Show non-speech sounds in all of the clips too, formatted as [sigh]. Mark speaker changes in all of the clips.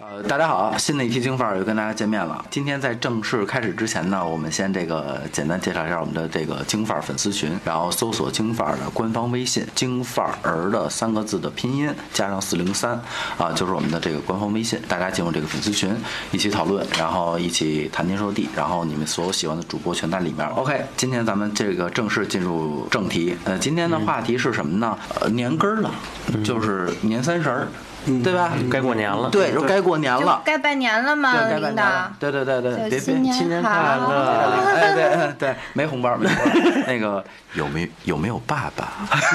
Speaker 1: 呃，大家好，新的一期京范儿又跟大家见面了。今天在正式开始之前呢，我们先这个简单介绍一下我们的这个京范儿粉丝群，然后搜索京范儿的官方微信“京范儿”的三个字的拼音加上四零三啊，就是我们的这个官方微信。大家进入这个粉丝群，一起讨论，然后一起谈天说地，然后你们所有喜欢的主播全在里面。OK，今天咱们这个正式进入正题。呃，今天的话题是什么呢？呃，年根儿了，就是年三十儿。对吧？
Speaker 2: 该过年了
Speaker 1: 对，就该过年了
Speaker 3: 就。该拜年了
Speaker 1: 对，
Speaker 3: 嘛，
Speaker 1: 该拜
Speaker 3: 领
Speaker 1: 年
Speaker 3: 导
Speaker 1: 了。。对对对对，别
Speaker 3: 就
Speaker 1: 别
Speaker 3: 新。
Speaker 2: 新年
Speaker 3: 年
Speaker 2: 快乐
Speaker 3: 好，
Speaker 1: 哎，对对对，没红包，没红包。那个有没有没有爸 [laughs] 爸？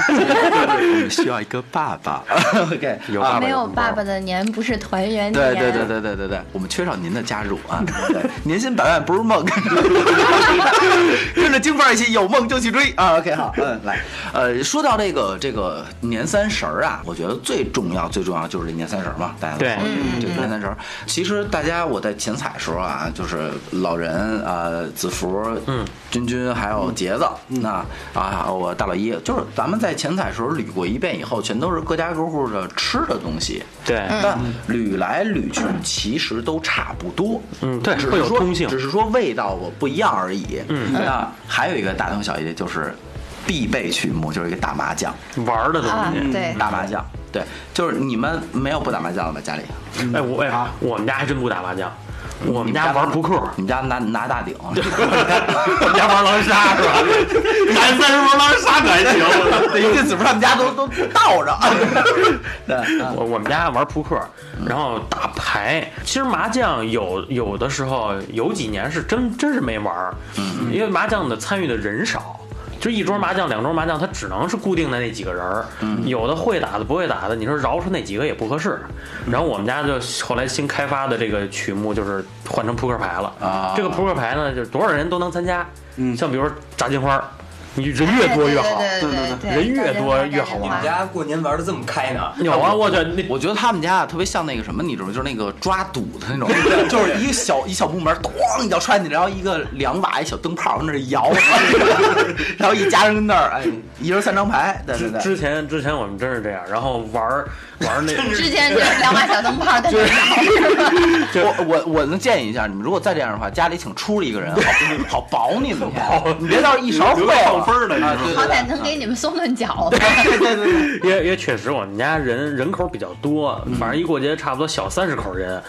Speaker 1: 我们需要一个爸爸。OK， [laughs]
Speaker 2: 有
Speaker 1: 啊
Speaker 2: 爸爸
Speaker 3: 没
Speaker 2: 有
Speaker 3: 有
Speaker 2: 红
Speaker 3: 爸
Speaker 2: 包
Speaker 3: 爸的年不是团圆年。
Speaker 1: 对对对对对对对，我们缺少您的加入啊！对，年薪百万不是梦， [laughs] 跟着京范儿一起有梦就去追啊！OK，好，嗯，来，呃，说到这个这个年三十儿啊，我觉得最重要最重要就是这年三十儿嘛，大家都
Speaker 2: 对
Speaker 1: 说这个年三十儿。其实大家我在前采时候啊，就是老人啊、呃子福、嗯、君君还有杰子，那啊，我大老一，就是咱们在前采时候捋过一遍以后，全都是各家各户的吃的东西。
Speaker 2: 对，
Speaker 1: 但捋来捋去其实都差不多，
Speaker 2: 嗯对
Speaker 1: 只
Speaker 2: 会
Speaker 1: 是
Speaker 2: 有
Speaker 1: 说
Speaker 2: 通性
Speaker 1: 只是说味道我不一样而已。
Speaker 2: 嗯
Speaker 1: 那还有一个大同小异的就是必备曲目，就是一个打麻将，
Speaker 2: 玩儿的东
Speaker 3: 啊，
Speaker 2: 西。
Speaker 3: 对，
Speaker 1: 打麻将。对，就是你们没有不打麻将的吧？家里？
Speaker 2: 哎，我哎，我们家还真不打麻将，我们家玩扑克，
Speaker 1: 你们家拿拿大
Speaker 2: [laughs]
Speaker 1: 顶，
Speaker 2: 我们家玩狼杀 [laughs] 是吧？男三十玩狼杀可还行。
Speaker 1: 这子不他们家都都倒
Speaker 2: [laughs]
Speaker 1: 着。对，啊
Speaker 2: 我我们家玩扑克，然后打牌。其实麻将有有的时候有几年是真真是没玩儿，因为麻将的参与的人少。就一桌麻将，两桌麻将，它只能是固定的那几个人儿。有的会打的，不会打的，你说饶出那几个也不合适。然后我们家就后来新开发的这个曲目就是换成扑克牌了。
Speaker 1: 啊
Speaker 2: 这个扑克牌呢，就是多少人都能参加。像比如说炸金花儿，你人越多越好。
Speaker 3: 哎对对对对，
Speaker 2: 人越多越好玩
Speaker 4: 你们家过年玩的这么开呢？
Speaker 3: 嗯
Speaker 2: 有啊，我去，那
Speaker 1: 我觉得他们家啊特别像那个什么，你知道吗？就是那个抓赌的
Speaker 2: [laughs]
Speaker 1: 那种，就是一个小一小木门，咣一脚踹进去，然后一个两瓦一小灯泡跟那儿
Speaker 2: [laughs]
Speaker 1: 摇，然后一家人跟那儿，哎，一人三张牌，对对
Speaker 2: 之
Speaker 1: 对。
Speaker 2: 之前之前我们真是这样，然后玩儿玩儿
Speaker 3: [laughs]
Speaker 2: 那
Speaker 3: 之前就是两把小灯
Speaker 1: [laughs]
Speaker 3: 泡在那打，
Speaker 1: 我我我能建议一下，你们如果再这样的话，家里请出了一个人，好好保你们去，你别到时候一勺烩了
Speaker 2: 放分儿了
Speaker 1: 啊！对
Speaker 3: 好
Speaker 1: 对
Speaker 3: 歹能给你们送顿饺子。
Speaker 1: 对 [laughs] 对对对，
Speaker 2: 因为因为确实我们家人人口比较多，
Speaker 3: 嗯
Speaker 2: 反正一过节差不多小三十口人，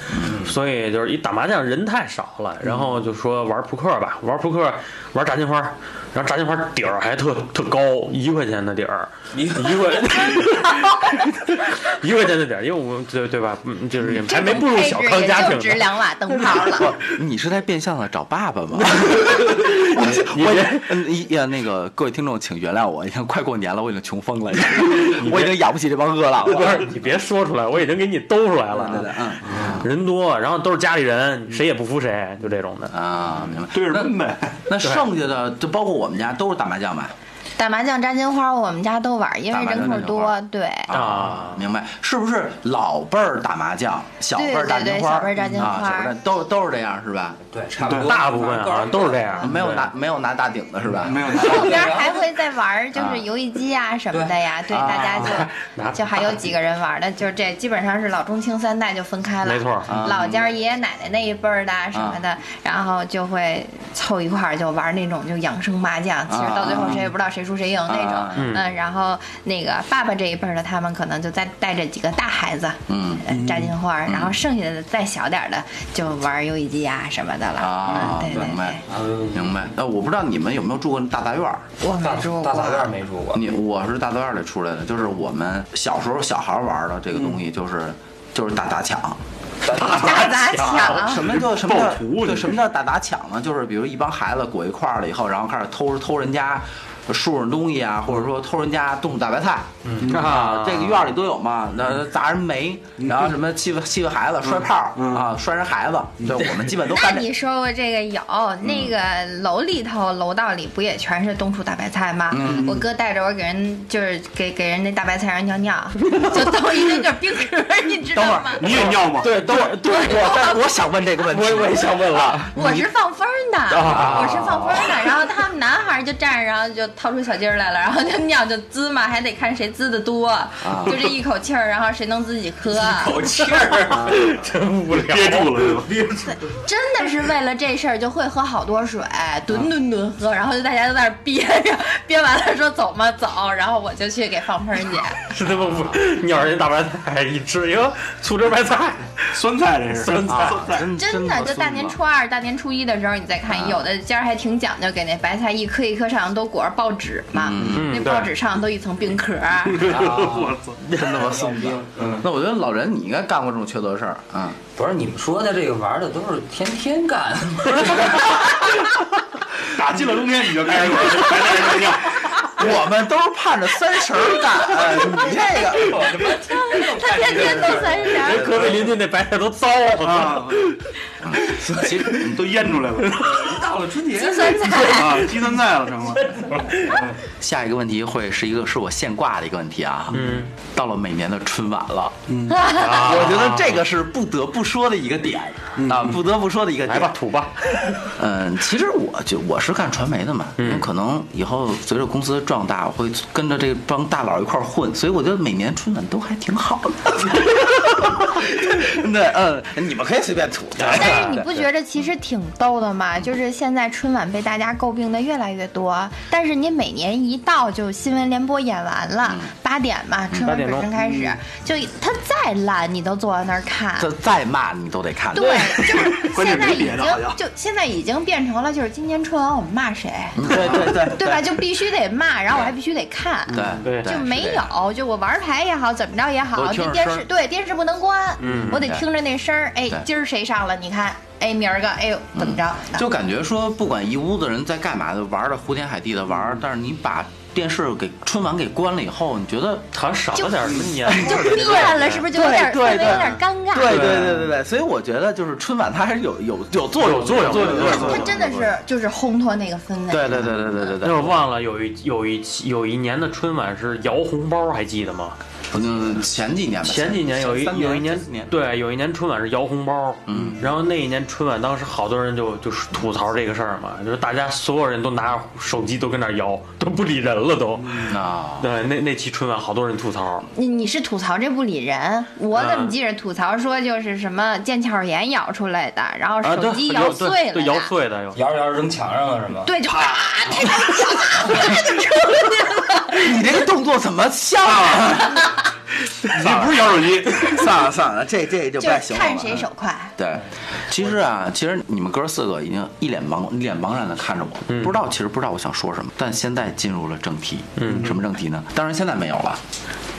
Speaker 2: 所以就是一打麻将人太少了，
Speaker 3: 嗯
Speaker 2: 然后就说玩扑克吧，玩扑克玩炸金花，然后炸金花底儿还特特高，一块钱的底儿，一块
Speaker 3: [laughs]
Speaker 2: 一块钱的底儿，因为我们对对吧，嗯，就是还没步入小康家
Speaker 3: 这种配置也就
Speaker 2: 庭
Speaker 3: 值
Speaker 2: 呢，
Speaker 3: 两瓦灯泡
Speaker 1: [laughs]
Speaker 3: 了。
Speaker 1: 你是在变相的找爸爸吗？
Speaker 2: 你
Speaker 1: 我
Speaker 2: 别
Speaker 1: 嗯，也那个各位听众，请原谅我，你看快过年了，我已经穷疯了，我已经养不起这帮饿狼
Speaker 2: 不是
Speaker 1: 了。
Speaker 2: 你别说出来，我已经给你兜出来了。
Speaker 1: 对对嗯
Speaker 2: 人多，然后都是家里人，谁也不服谁，就这种的。
Speaker 1: 啊，明白。
Speaker 5: 对着闷呗。
Speaker 1: 那剩下的就包括我们家都是打麻将吧？
Speaker 3: 打麻将、扎金花，我们家都玩，因为人口
Speaker 1: 打麻
Speaker 3: 多
Speaker 1: 将。
Speaker 3: 对，
Speaker 2: 啊
Speaker 1: 明白，是不是老辈儿打麻将，小辈儿打金
Speaker 3: 对对
Speaker 1: 花，
Speaker 3: 对小辈儿炸金花
Speaker 1: 啊，小辈儿炸都都是这样是吧？
Speaker 4: 对，差不多。
Speaker 2: 大部分啊都是这样，
Speaker 1: 没有拿没有拿大顶的是吧？
Speaker 5: 没有拿
Speaker 3: 后边还会再玩，就是游戏机啊什么的呀。对，大家
Speaker 2: 拿
Speaker 3: 就就还有几个人玩的，就是这基本上是老中青三代就分开了。
Speaker 2: 没错
Speaker 1: 啊
Speaker 3: 老家爷爷奶奶那一辈儿的啊什么的，然后就会凑一块儿就玩那种就养生麻将，其实到最后谁也不知道谁输谁赢那
Speaker 1: 啊
Speaker 3: 种。嗯，然后那个爸爸这一辈儿的，他们可能就再带着几个大孩子，
Speaker 1: 嗯
Speaker 3: 呃，扎金花儿，然后剩下的再小点儿的就玩游戏机啊什么的了。
Speaker 1: 啊，
Speaker 3: 嗯，对对
Speaker 1: 明白
Speaker 3: 对，
Speaker 1: 明白。那我不知道你们有没有住过大杂院儿？
Speaker 3: 我没
Speaker 4: 大
Speaker 3: 住过。
Speaker 4: 大杂院没住过，
Speaker 1: 你我是大杂院儿里出来的，就是我们小时候小孩儿玩儿的这个东西，就是就是打砸
Speaker 3: 啊
Speaker 1: 抢。啊
Speaker 3: 打砸抢，
Speaker 1: 什么叫什么叫
Speaker 2: 暴徒
Speaker 1: 对
Speaker 2: 你
Speaker 1: 什么叫打打抢呢？就是比如一帮孩子裹一块儿了以后，然后开始偷偷人家树上东西啊，或者说偷人家冬储大白菜，啊，这个院儿里都有嘛。那砸人煤，然后什么欺负欺负孩子，摔炮啊，摔人孩子，对，我们基本都
Speaker 3: 那
Speaker 1: 干这
Speaker 3: 你。说过这个有那个楼里头楼道里不也全是冬储大白菜吗？我哥带着我给人就是给给人那大白菜让人尿尿，就都一那个冰儿，你知道吗？
Speaker 5: 你也尿吗？
Speaker 2: 对，都对，
Speaker 1: 我但我想问这个问题，
Speaker 2: 我我也想问了，
Speaker 3: 我是放风儿的，我是放风儿的，然后他们男孩儿就站着，然后就掏出小鸡儿来了，然后就尿就滋嘛，还得看谁滋的多，就这一口气儿，然后谁能自己喝。
Speaker 4: 口气儿，
Speaker 2: 真无聊，憋住了，憋住。
Speaker 3: 真的是为了这事儿就会喝好多水，吨
Speaker 2: 嗯
Speaker 3: 吨吨喝，然后就大家都在那儿憋着，憋完了说走嘛走，然后我就去给放喷儿去。
Speaker 2: 是他妈不鸟人家大白菜一吃，哟，醋汁白菜，
Speaker 5: 酸菜这是
Speaker 2: 酸菜
Speaker 5: 啊
Speaker 1: 真
Speaker 3: 真的，
Speaker 1: 的
Speaker 3: 就大年初二、大年初一的时候，你再
Speaker 2: 嗯
Speaker 3: 看，有的家还挺讲究，给那白菜一颗一颗上都裹着报纸嘛，那
Speaker 2: 嗯
Speaker 3: 报
Speaker 2: 对
Speaker 3: 纸上都一层冰壳儿。
Speaker 2: [laughs]
Speaker 5: 我操！
Speaker 1: [laughs] 真他妈
Speaker 4: 送
Speaker 1: 送
Speaker 4: 兵
Speaker 1: 的。。那我觉得老人你应该干过这种缺德事儿，嗯，
Speaker 4: 不是你们说的这个玩的都是天天干，
Speaker 5: 打进了冬天你就
Speaker 2: 哎
Speaker 5: 开始有人白菜尿尿，
Speaker 1: 我们都是盼着三十儿干， [laughs] 哎你这个。
Speaker 3: 他天天都三十
Speaker 2: [laughs]
Speaker 3: 儿，
Speaker 2: 隔壁邻居那白菜都糟了。
Speaker 5: 啊，其实都腌出来了
Speaker 4: 到了春节
Speaker 3: 鸡酸菜。
Speaker 2: [laughs]
Speaker 5: 啊，鸡酸菜了成了。
Speaker 1: 下一个问题会是一个是我现挂的一个问题啊，
Speaker 2: 嗯，
Speaker 1: 到了每年的春晚了，
Speaker 2: 啊
Speaker 1: 我觉得这个是不得不说的一个点啊，不得不说的一个
Speaker 2: 来吧
Speaker 1: 点，。
Speaker 2: 吐吧。
Speaker 1: 嗯，其实我就我是干传媒的嘛，因为可能以后随着公司的壮大，我会跟着这帮大佬一块儿混，所以我觉得每年春晚都还挺好 [laughs] 的。对，嗯，你们可以随便 [laughs] 吐，
Speaker 3: 但是你不觉得其实挺逗的吗？
Speaker 5: 嗯
Speaker 3: 就是现在春晚被大家诟病的越来越多，但是你每年一到就新闻联播演完
Speaker 5: 嗯
Speaker 3: 了，八点嘛，春晚
Speaker 2: 8点钟
Speaker 3: 本身开始，就他再烂你都坐在那儿看。
Speaker 1: 这再骂你都得看。
Speaker 3: 对，就是
Speaker 5: [laughs] 关
Speaker 3: 现
Speaker 5: 键是
Speaker 3: 在已
Speaker 5: 别
Speaker 3: 经
Speaker 5: 的好像
Speaker 3: 就现在已经变成了，就是今年春晚我们骂谁，
Speaker 5: 嗯
Speaker 1: 对对对
Speaker 3: 对吧？就必须得骂，然后我还必须得看。
Speaker 5: 嗯
Speaker 1: 嗯对对，
Speaker 3: 就没有，就我玩牌也好，怎么着也
Speaker 1: 我
Speaker 3: 好，
Speaker 1: 听着
Speaker 3: 这电
Speaker 1: 声
Speaker 3: 视
Speaker 1: 儿
Speaker 3: 对电视不能关，
Speaker 2: 嗯
Speaker 3: 我得
Speaker 1: 对
Speaker 3: 听着那声儿。哎
Speaker 1: 对，嗯
Speaker 3: 今儿谁上了？你看，哎，明儿个，哎呦，怎么着？
Speaker 1: 就感觉说，不管一屋子人在干嘛的，玩的胡天海地的玩儿，但是你把电视给春晚给关了以后，你觉得
Speaker 2: 好像少了点什么年味
Speaker 3: 就
Speaker 2: 儿的那种
Speaker 3: 变了，是不是就有点
Speaker 1: 对
Speaker 3: 氛
Speaker 1: 对
Speaker 3: 围有点尴尬？
Speaker 1: 对
Speaker 2: 对
Speaker 1: 对对对对，所以我觉得就是春晚它还是有有有作用
Speaker 2: 有作用
Speaker 1: 作
Speaker 2: 有
Speaker 1: 用
Speaker 2: 作用
Speaker 3: 他真的是就是烘托那个氛围。
Speaker 1: 对对对对对对
Speaker 2: 但是
Speaker 1: 对，
Speaker 2: 我忘了有一有一期有一年的春晚是摇红包，还记得吗？
Speaker 1: 嗯，前几年吧，
Speaker 2: 前几年有一
Speaker 1: 三
Speaker 2: 有一
Speaker 1: 年
Speaker 2: 年
Speaker 1: 四年，
Speaker 2: 对，有一年春晚是摇红包，嗯，然后那一年春晚当时好多人就就是吐槽这个事儿嘛，就是大家所有人都拿手机都跟那儿摇，都不理人了都。
Speaker 1: 啊，
Speaker 2: 对，那那期春晚好多人吐槽，
Speaker 3: 你你是吐槽这不理人，我怎
Speaker 1: 嗯
Speaker 3: 么记着吐槽说就是什么腱鞘炎咬出来的，然后
Speaker 2: 啊，对
Speaker 3: 手，机
Speaker 2: 摇
Speaker 3: 摇碎
Speaker 2: 对
Speaker 3: 了
Speaker 2: 对摇
Speaker 3: 的。
Speaker 2: 碎的有。
Speaker 4: 摇着摇着扔墙上了是吗？
Speaker 3: 对，就啊， [laughs] 太搞笑了，就出去
Speaker 1: [laughs]
Speaker 3: 了。
Speaker 1: 你这个动作怎么像啊？
Speaker 5: [laughs] 你这不是摇手机，
Speaker 1: 算了算了，这这就不
Speaker 3: 就
Speaker 1: 太
Speaker 3: 是
Speaker 1: 行了嗯
Speaker 3: 看。谁手快。
Speaker 1: 对，其实啊，其实你们哥四个已经一脸茫一脸茫然的看着我，不知道其实不知道我想说什么，但现在进入了正题，嗯，什么正题呢？当然现在没有了，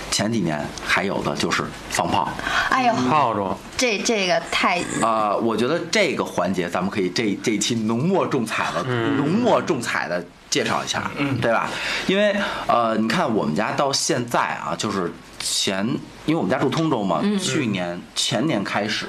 Speaker 1: 前几年还有的就是放炮
Speaker 3: 哎呦，
Speaker 1: 嗯
Speaker 2: 炮竹，
Speaker 3: 这这个太
Speaker 1: 啊、我觉得这个环节咱们可以这这一期浓墨重彩的、浓墨重彩的介绍一下，嗯，对吧？因为呃，你看我们家到现在啊，就是前，因为我们家住通州嘛，
Speaker 3: 嗯
Speaker 1: 去年前年开始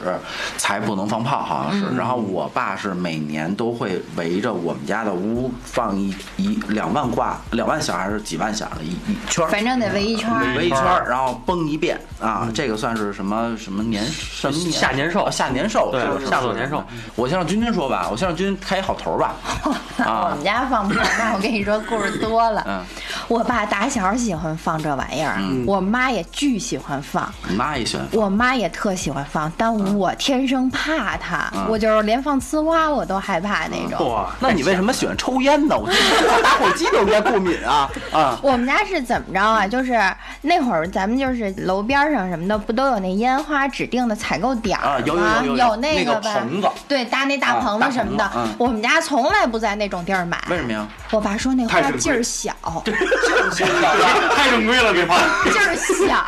Speaker 1: 才不能放炮，好像
Speaker 3: 嗯
Speaker 1: 是。然后我爸是每年都会围着我们家的屋放一一两万挂，两万响还是几万响的一一圈儿。
Speaker 3: 反正得围一圈儿。
Speaker 1: 围一圈儿，然后崩一遍啊！这个算是什么什么年什么年
Speaker 2: 夏嗯年兽
Speaker 1: 啊夏年兽
Speaker 2: 对
Speaker 1: 是不是
Speaker 2: 夏总年兽。
Speaker 1: 我先让君君说吧，我先让君君开一好头儿吧。
Speaker 3: [laughs] 我们家放炮，那我跟你说故事多了。
Speaker 1: 嗯
Speaker 3: 我爸打小喜欢放这玩意儿，我妈也巨喜欢放，
Speaker 1: 你妈也喜欢，
Speaker 3: 我妈也特喜欢放，但我天生怕它，
Speaker 1: 嗯
Speaker 3: 我就是连放呲花我都害怕那种。
Speaker 2: 哇，
Speaker 1: 那你为什么喜欢抽烟呢？我觉得打火机都应该过敏啊啊！
Speaker 3: 我们家是怎么着
Speaker 1: 嗯
Speaker 3: 啊？就是那会儿咱们就是楼边儿上什么的，不都有那烟花指定的采购点
Speaker 1: 啊
Speaker 3: 儿吗？
Speaker 1: 有有有有有
Speaker 3: 那
Speaker 1: 那个
Speaker 3: 吧？
Speaker 1: 棚子
Speaker 3: 对，搭那大
Speaker 1: 啊
Speaker 3: 棚
Speaker 1: 大
Speaker 3: 子什么的。
Speaker 1: 棚子嗯
Speaker 3: 我们家从来不在那种地儿买。
Speaker 1: 为什么呀？
Speaker 3: 我爸说那
Speaker 5: 太
Speaker 3: 花
Speaker 5: 正规
Speaker 3: 劲儿小。
Speaker 5: [laughs]
Speaker 4: [laughs]
Speaker 5: 太正规了，这 [laughs] 炮。
Speaker 3: 就是小，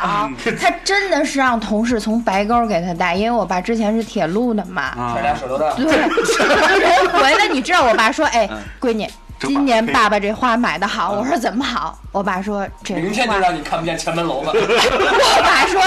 Speaker 3: 他真的是让同事从白沟给他带，因为我爸之前是铁路的嘛。
Speaker 5: 啊
Speaker 4: 这俩手榴弹
Speaker 3: 对，人回来你知道我爸说，哎，闺女，
Speaker 5: 这
Speaker 3: 今年
Speaker 5: 把
Speaker 3: 爸爸这花买的好。我说怎么好？我爸说这
Speaker 4: 明天
Speaker 3: 花
Speaker 4: 就，让你看不见前门楼了。 [laughs]
Speaker 3: 我爸说，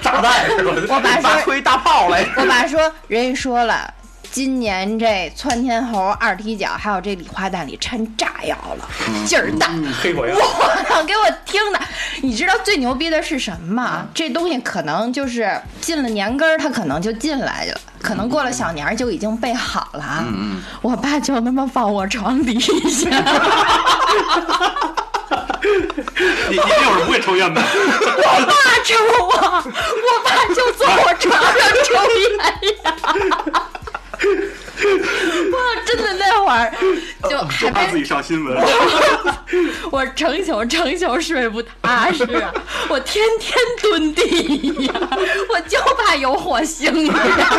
Speaker 2: 炸弹是吧？
Speaker 3: 我爸
Speaker 1: 发
Speaker 3: 说，
Speaker 1: 挥大炮来。
Speaker 3: 我爸说，人家说了。今年这窜天猴、二踢脚，还有这礼花弹里掺炸药了，劲儿大。
Speaker 2: 黑火药，
Speaker 3: [laughs] 我操！给我听的，你知道最牛
Speaker 5: 嗯
Speaker 3: 逼的是什么吗？这东西可能就是进了年根儿，它可能就进来了，可可能过了小年儿就已经备好了啊。
Speaker 1: 嗯嗯
Speaker 3: 我爸就那么放我床底下，
Speaker 5: 你你那会儿不会抽烟吧？
Speaker 3: 我爸抽我，我爸就坐我床上抽烟呀。
Speaker 5: [laughs]
Speaker 3: 我真的那会儿就还
Speaker 5: 哦就怕
Speaker 3: 被
Speaker 5: 自己上新 [laughs] 闻。啊
Speaker 3: [laughs] 我成宿成宿睡不踏实，我天天蹲地呀，我就怕有火星子呀。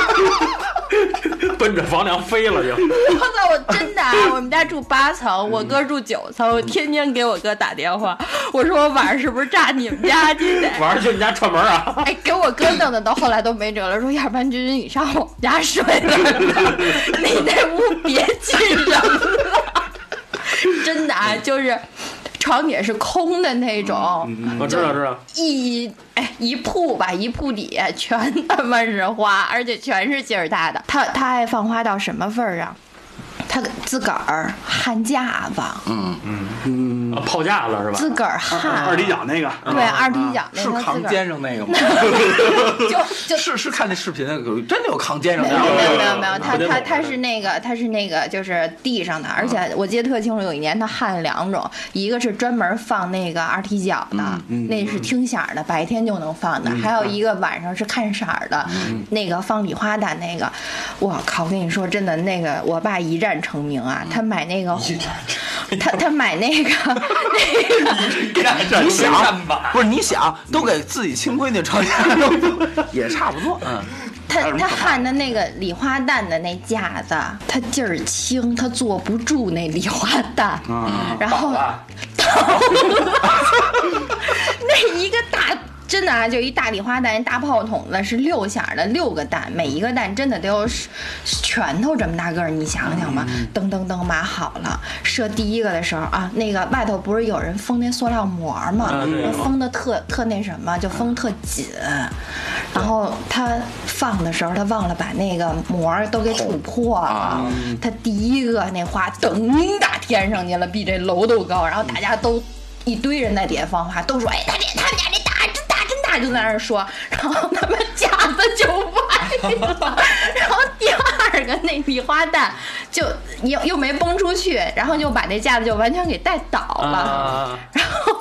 Speaker 2: 奔着房梁飞了就。
Speaker 3: [laughs] 我操！我真的啊，我们家住八层，我哥住九层，我天天给我哥打电话，我说我晚上是不是炸你们家去？
Speaker 2: 晚上去你家串门啊！
Speaker 3: 哎，给我哥弄的到后来都没辙了，说要不然君君你上我们家睡了， [laughs] 你那屋别进人了。 [laughs] 真的啊，就是床底下是空的那种，
Speaker 1: 嗯
Speaker 2: 我知道知道，
Speaker 3: 一哎一铺吧，一铺底下全他妈是花，而且全是劲儿大的。他他爱放花到什么份儿上？他自个儿焊架子，
Speaker 1: 嗯嗯，
Speaker 5: 嗯，
Speaker 2: 啊炮架子是吧？
Speaker 3: 自个儿焊。
Speaker 5: 啊 [laughs] 二踢脚那个，
Speaker 3: 对，二踢脚那
Speaker 1: 是
Speaker 3: 个自
Speaker 1: 扛
Speaker 3: 个
Speaker 1: 肩
Speaker 3: 儿
Speaker 1: 上那个
Speaker 3: [laughs]
Speaker 1: 吗？
Speaker 3: 就就是
Speaker 1: 是看那视频，有真的有扛肩上
Speaker 3: 没
Speaker 1: 那
Speaker 3: 有
Speaker 1: 个。
Speaker 3: 没有没有没有，他
Speaker 2: 不对
Speaker 3: 他
Speaker 2: 不
Speaker 3: 他是那个他是那个就是地上的，而且我记得特清楚，有一年他焊了两种，一个是专门放那个二踢脚的，那是听响儿的，白天就能放的，还有一个晚上是看色儿的，那个放礼花弹那个，我靠，我跟你说真的，那个我爸一战成名啊，他买那个他他买那个 [laughs] 那个。
Speaker 1: 你想
Speaker 4: 干吧
Speaker 1: 不是你想都给自己亲闺女抄家
Speaker 2: [laughs]
Speaker 1: 了，也差不多。嗯，
Speaker 3: 他他焊的那个礼花弹的那架子，他劲儿轻，他坐不住那礼花弹，然后
Speaker 4: 倒了
Speaker 3: 倒了 [laughs] 那一个大。真的啊，就一大礼花弹，一大炮筒子是六响的，六个弹，每一个弹真的都有是拳头这么大个儿，你想想吧，噔噔噔码好了，射第一个的时候啊，那个外头不是有人封那塑料膜儿吗？
Speaker 2: 嗯对
Speaker 3: 封的特特那什么，就封特紧，然后他放的时候，他忘了把那个膜儿都给杵破了。
Speaker 1: 啊
Speaker 4: 嗯
Speaker 3: 他第一个那花噔打天上去了，比这楼都高。然后大家都一堆人在底下放花，都说：“哎，他这他们家这大真大真大！”就在那儿说。然后他们架子就歪了， [laughs] 然后第二个那礼花弹就又又没崩出去，然后就把那架子就完全给带倒了。
Speaker 2: 啊，
Speaker 3: [laughs] 然后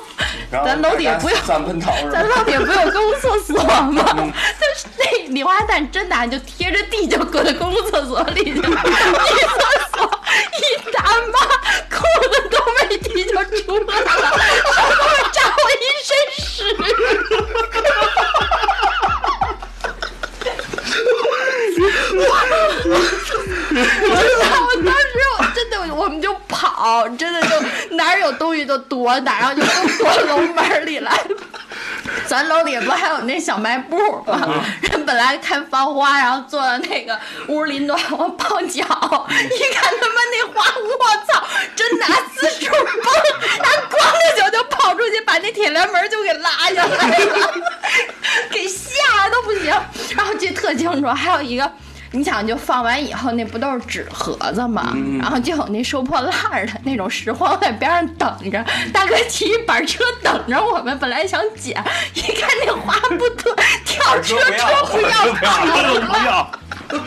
Speaker 4: 然后
Speaker 3: 咱楼底下不用
Speaker 4: 散喷头是吧嗯
Speaker 3: 咱？到底不有公共厕所吗？就是那礼花弹真的就贴着地就搁在公共厕所里去了，一厕所一打妈裤子都没提就出来了， [laughs] 然后炸我一身屎。 [laughs] 我操！我当时我真的我们就跑，真的就哪儿有东西就躲哪儿，然后就都躲楼门里来。咱楼里不还有那小卖部吗？人本来看放花，然后坐到那个屋里暖和泡脚，一看他妈那花，我操，真拿四处蹦，他咣的脚就跑出去，把那铁帘门就给拉下来了，给吓都不行。然后记得特清楚，还有一个。你想，就放完以后，那不都是纸盒子吗？然后就有那收破烂儿的那种拾荒在边上等着，大哥骑一板车等着我们。本来想捡，一看那花不对，跳车车不要了。
Speaker 5: [laughs] 不要，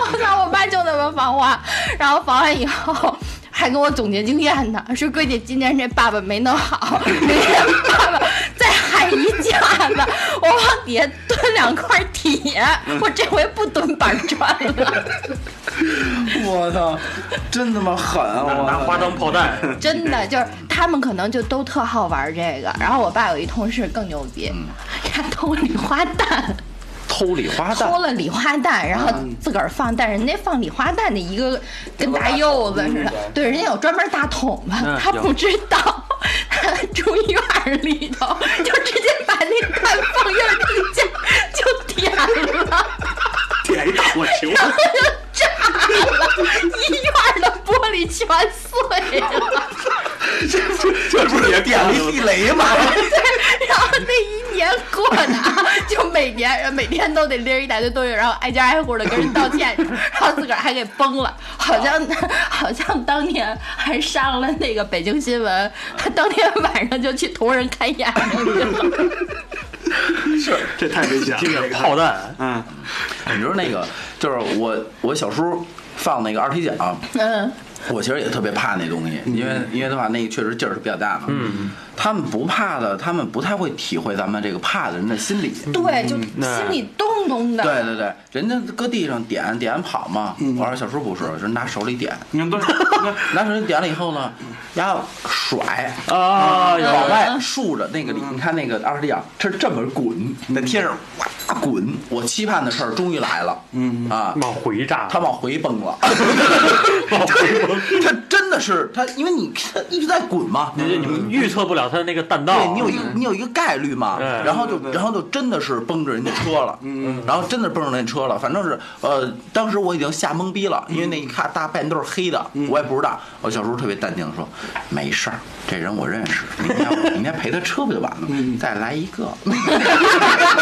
Speaker 3: 我操！我爸就 [laughs] 那么防花，然后防完以后还跟我总结经验呢，说闺女今年这爸爸没弄好，明年爸爸再喊一架子，我往底下蹲两块铁，我这回不蹲板砖了，
Speaker 1: 我操，真他妈狠！啊我
Speaker 2: 拿花当炮弹，
Speaker 1: [laughs]
Speaker 3: 真的就是他们可能就都特好玩这个，然后我爸有一同事更牛逼，他偷礼花弹。
Speaker 1: 偷礼花
Speaker 3: 偷
Speaker 1: 弹，
Speaker 3: 了礼花弹，然后自个儿放，但人家放礼花弹的一个跟大柚子似的，对，人家有专门大桶嘛
Speaker 2: 嗯，
Speaker 3: 他
Speaker 2: 有
Speaker 3: 不知道， [laughs] 他住院儿里头就直接把那弹放院底下就点了， [laughs]
Speaker 5: 点一大火球，
Speaker 3: 炸了， [laughs] 医院的玻璃全碎了。
Speaker 5: [laughs] [laughs] 这不是也
Speaker 1: 点了
Speaker 2: [laughs]
Speaker 1: 一地雷吗？
Speaker 3: 对，然后那一年过的啊，就每年呃每天都得拎着一大堆东西，然后挨家挨户的跟人道歉，然后自个儿还给崩了，好像好像当年还上了那个北京新闻，他当天晚上就去同仁看演了。
Speaker 5: 是这太危险了，这个
Speaker 2: 炮弹，
Speaker 5: 嗯，
Speaker 1: 你说那个就是我我小叔放那个二踢脚，
Speaker 3: 嗯，
Speaker 1: 我其实也特别怕那东西，因为因为的话，那个确实劲儿是比较大嘛。嗯，他们不怕的，他们不太会体会咱们这个怕的人的心理。
Speaker 3: 对，就
Speaker 2: 那
Speaker 3: 心里咚咚的。
Speaker 1: 对对对，人家搁地上点点跑嘛。我说小叔不是，就是拿手里点，
Speaker 5: 你看都是
Speaker 1: [laughs] 拿手里点了以后呢，然后甩。
Speaker 2: 啊，有
Speaker 1: 往外竖着那个里，你看那个二踢脚，它是这么滚，嗯在天上哇滚。我期盼的事儿终于来了，嗯啊，
Speaker 2: 往回炸，
Speaker 1: 他往回蹦了，
Speaker 2: 往回蹦，
Speaker 1: 他真的是他，因为你它一直在滚嘛，
Speaker 2: 你你预测不了他那个弹道，
Speaker 1: 对你有一个你有一个概率嘛，
Speaker 2: 嗯
Speaker 1: 然后就然后就真的是崩着人家车了，然后真的崩着人家车了，反正是呃，当时我已经吓懵逼了，因为
Speaker 2: 嗯
Speaker 1: 那一看大半都是黑的，我也不知道。我小时候特别淡定的说，没事儿，这人我认识，明天我明天陪他车不就完了吗？
Speaker 2: 嗯
Speaker 1: 再来一个。 [laughs]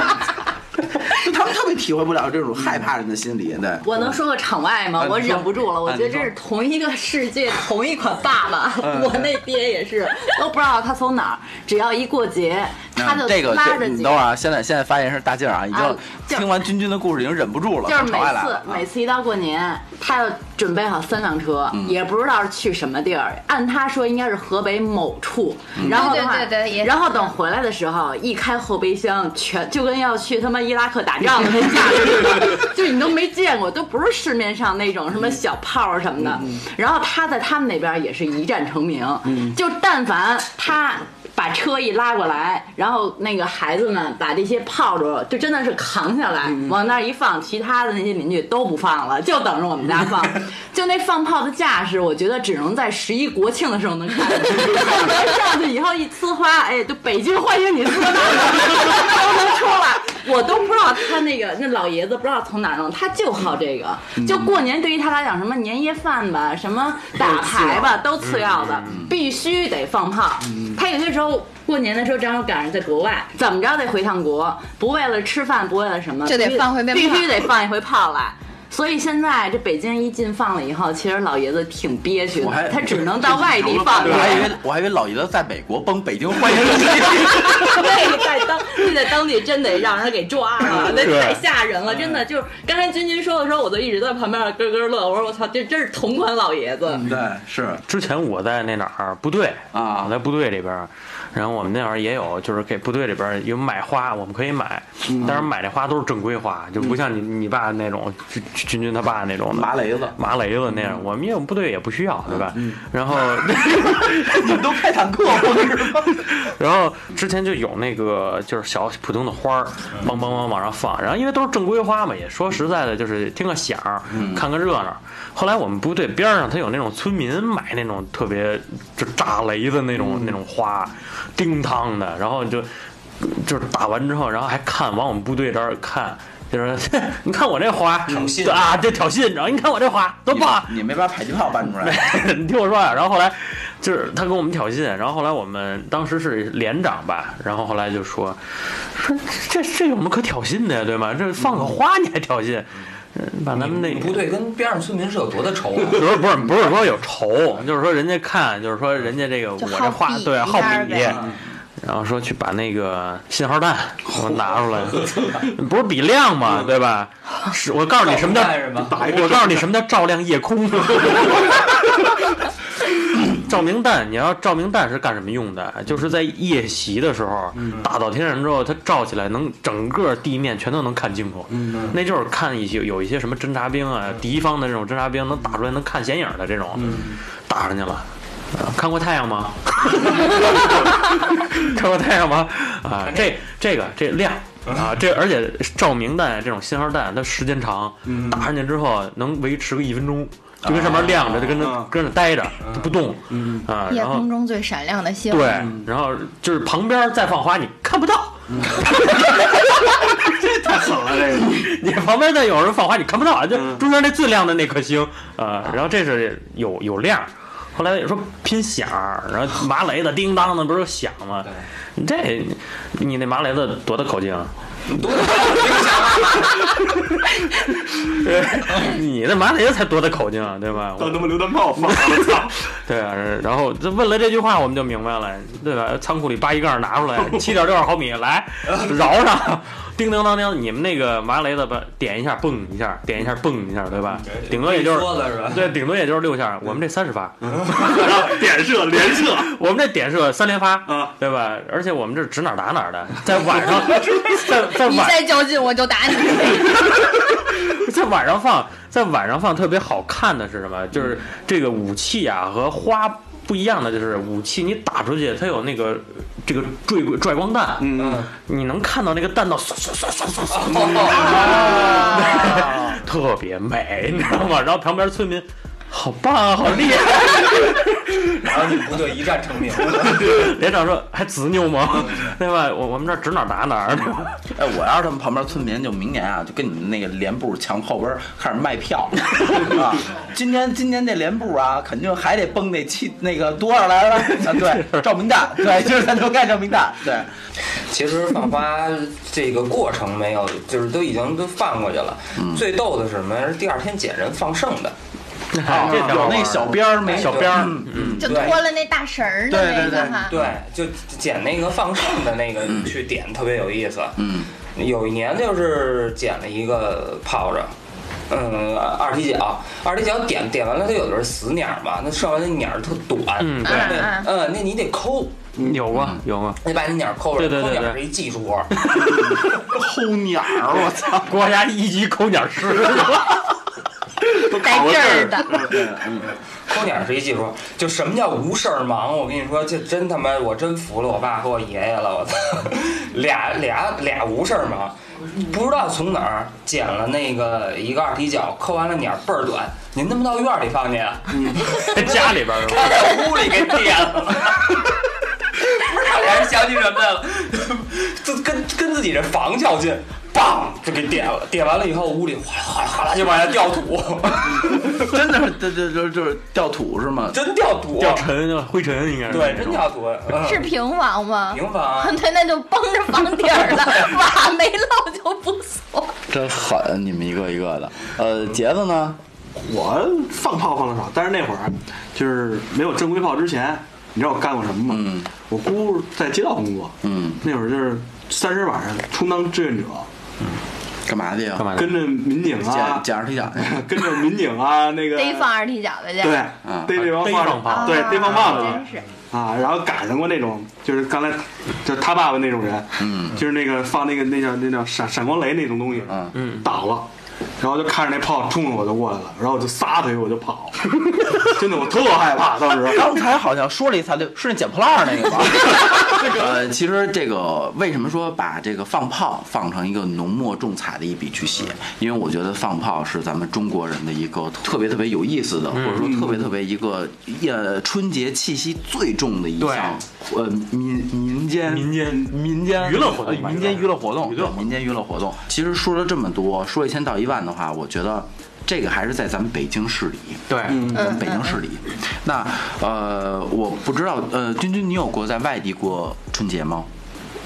Speaker 1: 就他们特别体会不了这种害怕人的心理，对。
Speaker 6: 我能说个场外吗
Speaker 1: 啊？
Speaker 6: 我
Speaker 1: 你说嗯
Speaker 6: 忍不住了，我觉得这是同一个世界， [laughs] 同一款爸爸。 [laughs] 我那爹也是， [laughs] 都不知道他从哪儿，只要一过节，他就
Speaker 1: 嗯这个
Speaker 6: 拉着
Speaker 1: 这你
Speaker 6: 姐
Speaker 1: 等会儿啊，现在现在发言是大静啊，已
Speaker 6: 啊
Speaker 1: 经
Speaker 6: 就
Speaker 1: 听完君君的故事已经忍不住了，
Speaker 6: 就
Speaker 1: 朝
Speaker 6: 是每
Speaker 1: 爱来
Speaker 6: 次
Speaker 1: 了啊
Speaker 6: 每次一到过年，他要准备好三辆车，
Speaker 1: 嗯
Speaker 6: 也不知道是去什么地儿。按他说应该是河北某处，
Speaker 1: 嗯
Speaker 6: 然后的话
Speaker 3: 对对对对也
Speaker 6: 然后等回来的时候，一开后备箱，全就跟要去他妈伊拉克打仗的那架势似的， [laughs] 就是你都没见过，都不是市面上那种什么小炮儿什么的。然后他在他们那边也是一战成名，就但凡他。把车一拉过来，然后那个孩子们把这些炮竹就真的是扛下来，往那儿一放，其他的那些邻居都不放了，就等着我们家放。就那放炮的架势，我觉得只能在十一国庆的时候能看见。后来上去以后一呲花，哎，就北京欢迎你呲花，都能出来。我都不知道他那个那老爷子不知道从哪儿弄，他就好这个。就过年对于他来讲，什么年夜饭吧，什么打牌吧，都次要的，必须得放炮。他有些时候过年的时候正好赶上在国外，怎么着得回趟国，不为了吃饭，不为了什么，
Speaker 3: 就得
Speaker 6: 必须
Speaker 3: 放回鞭
Speaker 6: 必
Speaker 3: 炮
Speaker 6: 须得放一回炮来。所以现在这北京一禁放了以后，其实老爷子挺憋屈
Speaker 1: 我还
Speaker 6: 的，他只能到外地放去。
Speaker 1: 我还以为我还以为老爷子在美国崩北京欢迎你，
Speaker 6: [laughs] 那个在当那在当地真得让人给抓了，那
Speaker 2: 对
Speaker 6: 太吓人了，真的就是刚才君君说的时候，我都一直在旁边咯咯乐，我说我操，这真是同款老爷子。
Speaker 1: [laughs] 对，是
Speaker 2: 之前我在那哪儿部队
Speaker 1: 啊
Speaker 2: 我在部队里边儿，然后我们那会儿也有，就是给部队里边儿有买花，我们可以买，
Speaker 1: 嗯
Speaker 2: 但是买这花都是正规花，就不像你你爸那种君君君他爸那种的
Speaker 1: 麻嗯雷嗯子，
Speaker 2: 麻雷子那样，我们因为我们部队也不需要，对吧？
Speaker 1: [laughs]
Speaker 2: 然后。
Speaker 1: [laughs] 你们都开坦克了是吗？
Speaker 2: 然后之前就有那个就是小普通的花儿，梆梆梆往上放，然后因为都是正规花嘛，也说实在的，就是听个响儿，看个热闹。后来我们部队边上他有那种村民买那种特别就炸雷的那种那种花，叮当的，然后就就是打完之后，然后还看往我们部队这儿看。就是 [laughs] 你看我这花，挑
Speaker 4: 衅
Speaker 2: 啊，对挑衅，然后你看我这花多棒啊，
Speaker 1: 你没把迫击炮搬出来，
Speaker 2: [laughs] 你听我说啊，然后后来就是他跟我们挑衅，然后后来我们当时是连长吧，然后后来就说说这这有什么可挑衅的呀，对吗？这放个花你还挑衅，嗯把咱们那
Speaker 4: 你部队跟边上村民是有多大仇啊？
Speaker 2: 不是不是不是说有仇，就是说人家看，就是说人家这个我
Speaker 3: 就
Speaker 2: 这
Speaker 3: 好
Speaker 2: 花
Speaker 3: 比
Speaker 2: 对
Speaker 3: 一
Speaker 2: 好
Speaker 3: 下
Speaker 2: 比
Speaker 3: 呗，
Speaker 2: 然后说去把那个信号弹给我拿出来， [laughs] 不是比亮吗？对
Speaker 3: [laughs]
Speaker 2: 吧？是我告诉你什么叫
Speaker 4: 照亮是吧
Speaker 2: 我告诉你什么叫照亮夜空。照明弹，你要照明弹是干什么用的？就是在夜袭的时候，啊打到天上之后，它照起来能整个地面全都能看清楚。那就是看一些有一些什么侦察兵啊，敌方的那种侦察兵能打出来能看显影的这种，打上去了。啊看过太阳吗？ [laughs] 看过太阳吗？啊，这这个这亮啊，这而且照明弹这种信号弹，它时间长，打上去之后能维持个一分钟，就跟上面亮着，就跟那
Speaker 5: 啊
Speaker 2: 跟那待着，它不动啊，
Speaker 3: 夜
Speaker 2: 然后
Speaker 3: 空中最闪亮的星。
Speaker 2: 对，然后就是旁边再放花你看不到，
Speaker 5: 太狠了，这个 [laughs]
Speaker 2: 你旁边再有人放花你看不到，啊就
Speaker 4: 嗯
Speaker 2: 中间那最亮的那颗星啊，然后这是有有亮。后来说拼响儿，然后麻雷子叮当的不是有响吗？你这你那麻雷子多大口径啊？
Speaker 4: 多大口径
Speaker 2: [laughs]
Speaker 4: 啊
Speaker 2: 你那麻贼才多大口径啊，对吧？
Speaker 5: 当他妈榴弹炮放了，操！
Speaker 2: 对啊，然后这问了这句话，我们就明白了，对吧？仓库里八一杠拿
Speaker 4: [laughs]
Speaker 2: 出来，七点六二毫米，来饶上，叮叮当当，你们那个麻雷子吧，点一下，蹦一下，点一下，蹦一下，对
Speaker 4: 嗯
Speaker 2: 吧？顶多也就
Speaker 4: 桌
Speaker 2: 是。
Speaker 4: 子是吧？嗯
Speaker 2: 对，顶多也就是六下，我们这三十发，
Speaker 5: 然 [laughs] 后点射连射，
Speaker 2: 我们这点射三连发，
Speaker 5: 啊
Speaker 2: 对吧？而且我们这指哪儿打哪儿的，在晚
Speaker 4: [laughs]
Speaker 2: 上， [laughs] 在在
Speaker 3: 你
Speaker 2: 晚
Speaker 3: 再较劲我就打 [laughs] 你。
Speaker 2: [laughs] 在晚上放，在晚上放特别好看的是什么？就是这个武器啊和花不一样的，就是武器你打出去，它有那个这个坠拽光弹，
Speaker 5: 嗯，
Speaker 2: 你能看到那个弹道嗖嗖嗖嗖嗖嗖，
Speaker 4: 哦，
Speaker 2: [laughs] 特别美，你知道吗？然后旁边村民。好棒啊，好厉害！ [laughs]
Speaker 4: 然后你部队一战成 [laughs] 名。
Speaker 2: 连长说：“还执拗吗？ [laughs] 对吧？我我们这儿指哪儿打哪儿。
Speaker 1: 哎，我要是他们旁边村民，就明年啊，就跟你们那个连部墙后边儿开始卖 [laughs] 票啊！今天今天这连部啊，肯定还得蹦那七那个多少来了？啊， [laughs] 对，照明弹，对，今儿咱就干照明弹，对，
Speaker 4: 其实放花这个过程没有，就是都已经都放过去了。最逗的是什么？是第二天捡人放剩的。
Speaker 2: 啊这条
Speaker 1: 哎有那小边儿没
Speaker 2: 小边儿，
Speaker 1: 嗯
Speaker 2: 嗯，
Speaker 3: 就脱了那大绳儿的那个哈，
Speaker 4: 对，就捡那个放剩的那个去点，特别有意思。
Speaker 1: 嗯，
Speaker 4: 有一年就是捡了一个泡着，嗯，二踢脚，二踢脚点点完了，它有的是死鸟嘛，那剩下的鸟儿特短，
Speaker 2: 嗯对
Speaker 4: 那嗯，那你得抠，
Speaker 2: 有过有啊过，
Speaker 4: 得把那鸟抠
Speaker 2: 对对
Speaker 4: 着，抠
Speaker 2: 对
Speaker 4: 鸟
Speaker 2: 对
Speaker 4: 是一技术活
Speaker 2: [laughs]
Speaker 4: 儿，
Speaker 5: 偷鸟儿，我操，
Speaker 2: 国家一级抠鸟师，
Speaker 5: 都
Speaker 3: 带
Speaker 5: 考过
Speaker 3: 劲
Speaker 5: 证
Speaker 3: 儿
Speaker 5: 儿。嗯
Speaker 3: 的。
Speaker 4: 抠鸟是一技术活儿。就什么叫无事儿忙？我跟你说，这真他妈，我真服了我爸和我爷爷了，我操， [laughs] 俩俩俩无事儿忙，不知道从哪儿捡了那个一个二踢脚，抠完了鸟倍儿短，您他妈到院儿里放去啊？ [laughs]
Speaker 2: 家里边儿是吧
Speaker 4: 他在屋里给点了。不是，我还是想起什么来了，就跟跟自己这房较劲，梆就给点了，点完了以后屋里哗啦哗啦哗啦就往下掉土， [laughs]
Speaker 1: 真的是这这这就是掉土是吗？
Speaker 4: 真掉土，
Speaker 2: 掉尘灰尘应该是
Speaker 4: 对，
Speaker 2: 那
Speaker 4: 真
Speaker 2: 种
Speaker 4: 掉土，嗯
Speaker 3: 是平
Speaker 2: 啊
Speaker 3: 房吗？
Speaker 4: 平房
Speaker 3: [laughs] 对，那就崩着房顶儿了， [laughs] 瓦没漏就不锁。
Speaker 1: 真狠，你们一个一个的。呃，杰子呢？
Speaker 5: 我放炮放的少，但是那会儿就是没有正规炮之前，你知道我干过什么吗？
Speaker 1: 嗯
Speaker 5: 我姑在街道工作，
Speaker 1: 嗯，
Speaker 5: 那会儿就是三十晚上充当志愿者，
Speaker 1: 干嘛去呀
Speaker 2: 干？嘛
Speaker 5: 跟着民警
Speaker 1: 捡
Speaker 5: 啊，
Speaker 1: 捡着踢脚去。
Speaker 5: [laughs] 跟着民警啊，那个
Speaker 3: 逮放二踢脚的去。
Speaker 5: 对
Speaker 1: 嗯，
Speaker 5: 逮这
Speaker 2: 逮
Speaker 5: 帮
Speaker 2: 放炮
Speaker 5: 对，逮放炮的
Speaker 3: 真是
Speaker 5: 啊，然后赶上过那种，就是刚才就是他爸爸那种人，
Speaker 1: 嗯
Speaker 5: 就是那个放那个那叫那叫闪闪光雷那种东西，
Speaker 1: 嗯
Speaker 2: 嗯
Speaker 5: 倒了。然后就看着那炮冲着我就过来了，然后我就撒腿我就跑， [laughs] 真的我特害怕当时。
Speaker 1: 刚才好像说了一三六，是那捡破烂儿那个吧？ [laughs] 呃，其实这个为什么说把这个放炮放成一个浓墨重彩的一笔去写？因为我觉得放炮是咱们中国人的一个特别特别有意思的，或者说特别特别一个呃春节气息最重的一项
Speaker 2: 对
Speaker 1: 呃民民间
Speaker 2: 民间
Speaker 1: 民间
Speaker 2: 娱乐活动
Speaker 1: 呃民间娱乐活动，
Speaker 2: 娱乐活动
Speaker 1: 对民间娱乐活动。其实说了这么多，说一千道一万的话，我觉得这个还是在咱们北京市里。
Speaker 2: 对，
Speaker 1: 咱嗯们北京市里。那呃，我不知道，呃，君君，你有过在外地过春节吗？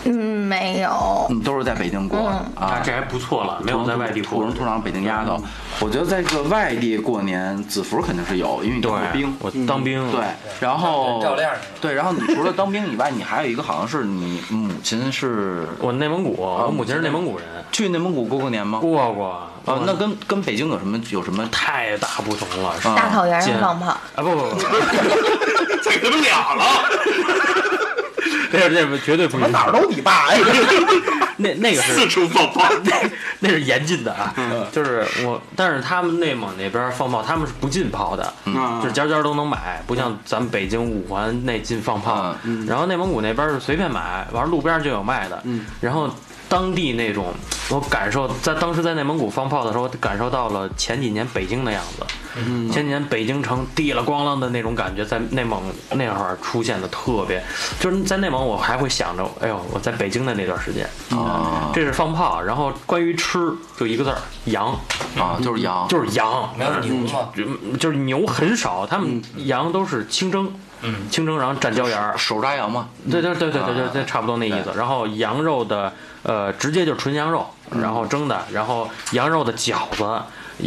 Speaker 3: 嗯，没有。
Speaker 1: 你都是在北京过、
Speaker 2: 啊
Speaker 1: 啊，
Speaker 2: 这还不错了，没有在外地
Speaker 1: 土
Speaker 2: 过嗯
Speaker 1: 生。土长北京丫头。我觉得在这个外地过年，子服肯定是有，因为你当过兵。
Speaker 2: 我当兵嗯了，
Speaker 1: 对，然后
Speaker 4: 照亮了
Speaker 1: 对，然后你除了当兵以外，你还有一个好像是你母亲是
Speaker 2: 我内蒙古，我母亲是内蒙古人，
Speaker 1: 去内蒙古过过年吗？
Speaker 2: 过过。
Speaker 1: 啊，那跟跟北京有什么有什么差？
Speaker 2: 太大不同了，是
Speaker 1: 啊
Speaker 3: 大草原
Speaker 2: 嗯见
Speaker 3: 上放炮，
Speaker 2: 啊不不不，
Speaker 5: 这个都了了，
Speaker 2: [laughs] 这这不绝对不行，
Speaker 1: 哪儿都你爸哎，
Speaker 2: [laughs] 那那个
Speaker 5: 四
Speaker 2: 是
Speaker 5: 处放炮，
Speaker 2: 那是严禁的啊，就是我，但是他们内蒙那边放炮，他们是不禁炮的，
Speaker 5: 啊
Speaker 2: 就是家家都能买，不像咱们北京五环内禁放炮
Speaker 1: 嗯啊，
Speaker 2: 然后内蒙古那边是随便买，完了路边就有卖的，
Speaker 1: 嗯
Speaker 2: 然后当地那种，我感受在当时在内蒙古放炮的时候，感受到了前几年北京的样子，
Speaker 1: 嗯
Speaker 2: 前几年北京城地了咣啷的那种感觉，在内蒙那会儿出现的特别，就是在内蒙我还会想着，哎呦，我在北京的那段时间，
Speaker 1: 啊
Speaker 2: 这是放炮，然后关于吃就一个字儿羊，
Speaker 1: 啊，就是羊，
Speaker 2: 嗯就是羊，
Speaker 4: 没有牛嘛，？
Speaker 1: 嗯
Speaker 2: 就就是牛很少，他们羊都是清蒸，嗯，清蒸然后蘸椒盐儿，
Speaker 1: 手抓羊嘛，
Speaker 2: 对对对对
Speaker 1: 啊
Speaker 2: 对对对，差不多那意思。然后羊肉的，呃，直接就是纯羊肉，
Speaker 1: 嗯
Speaker 2: 然后蒸的，然后羊肉的饺子，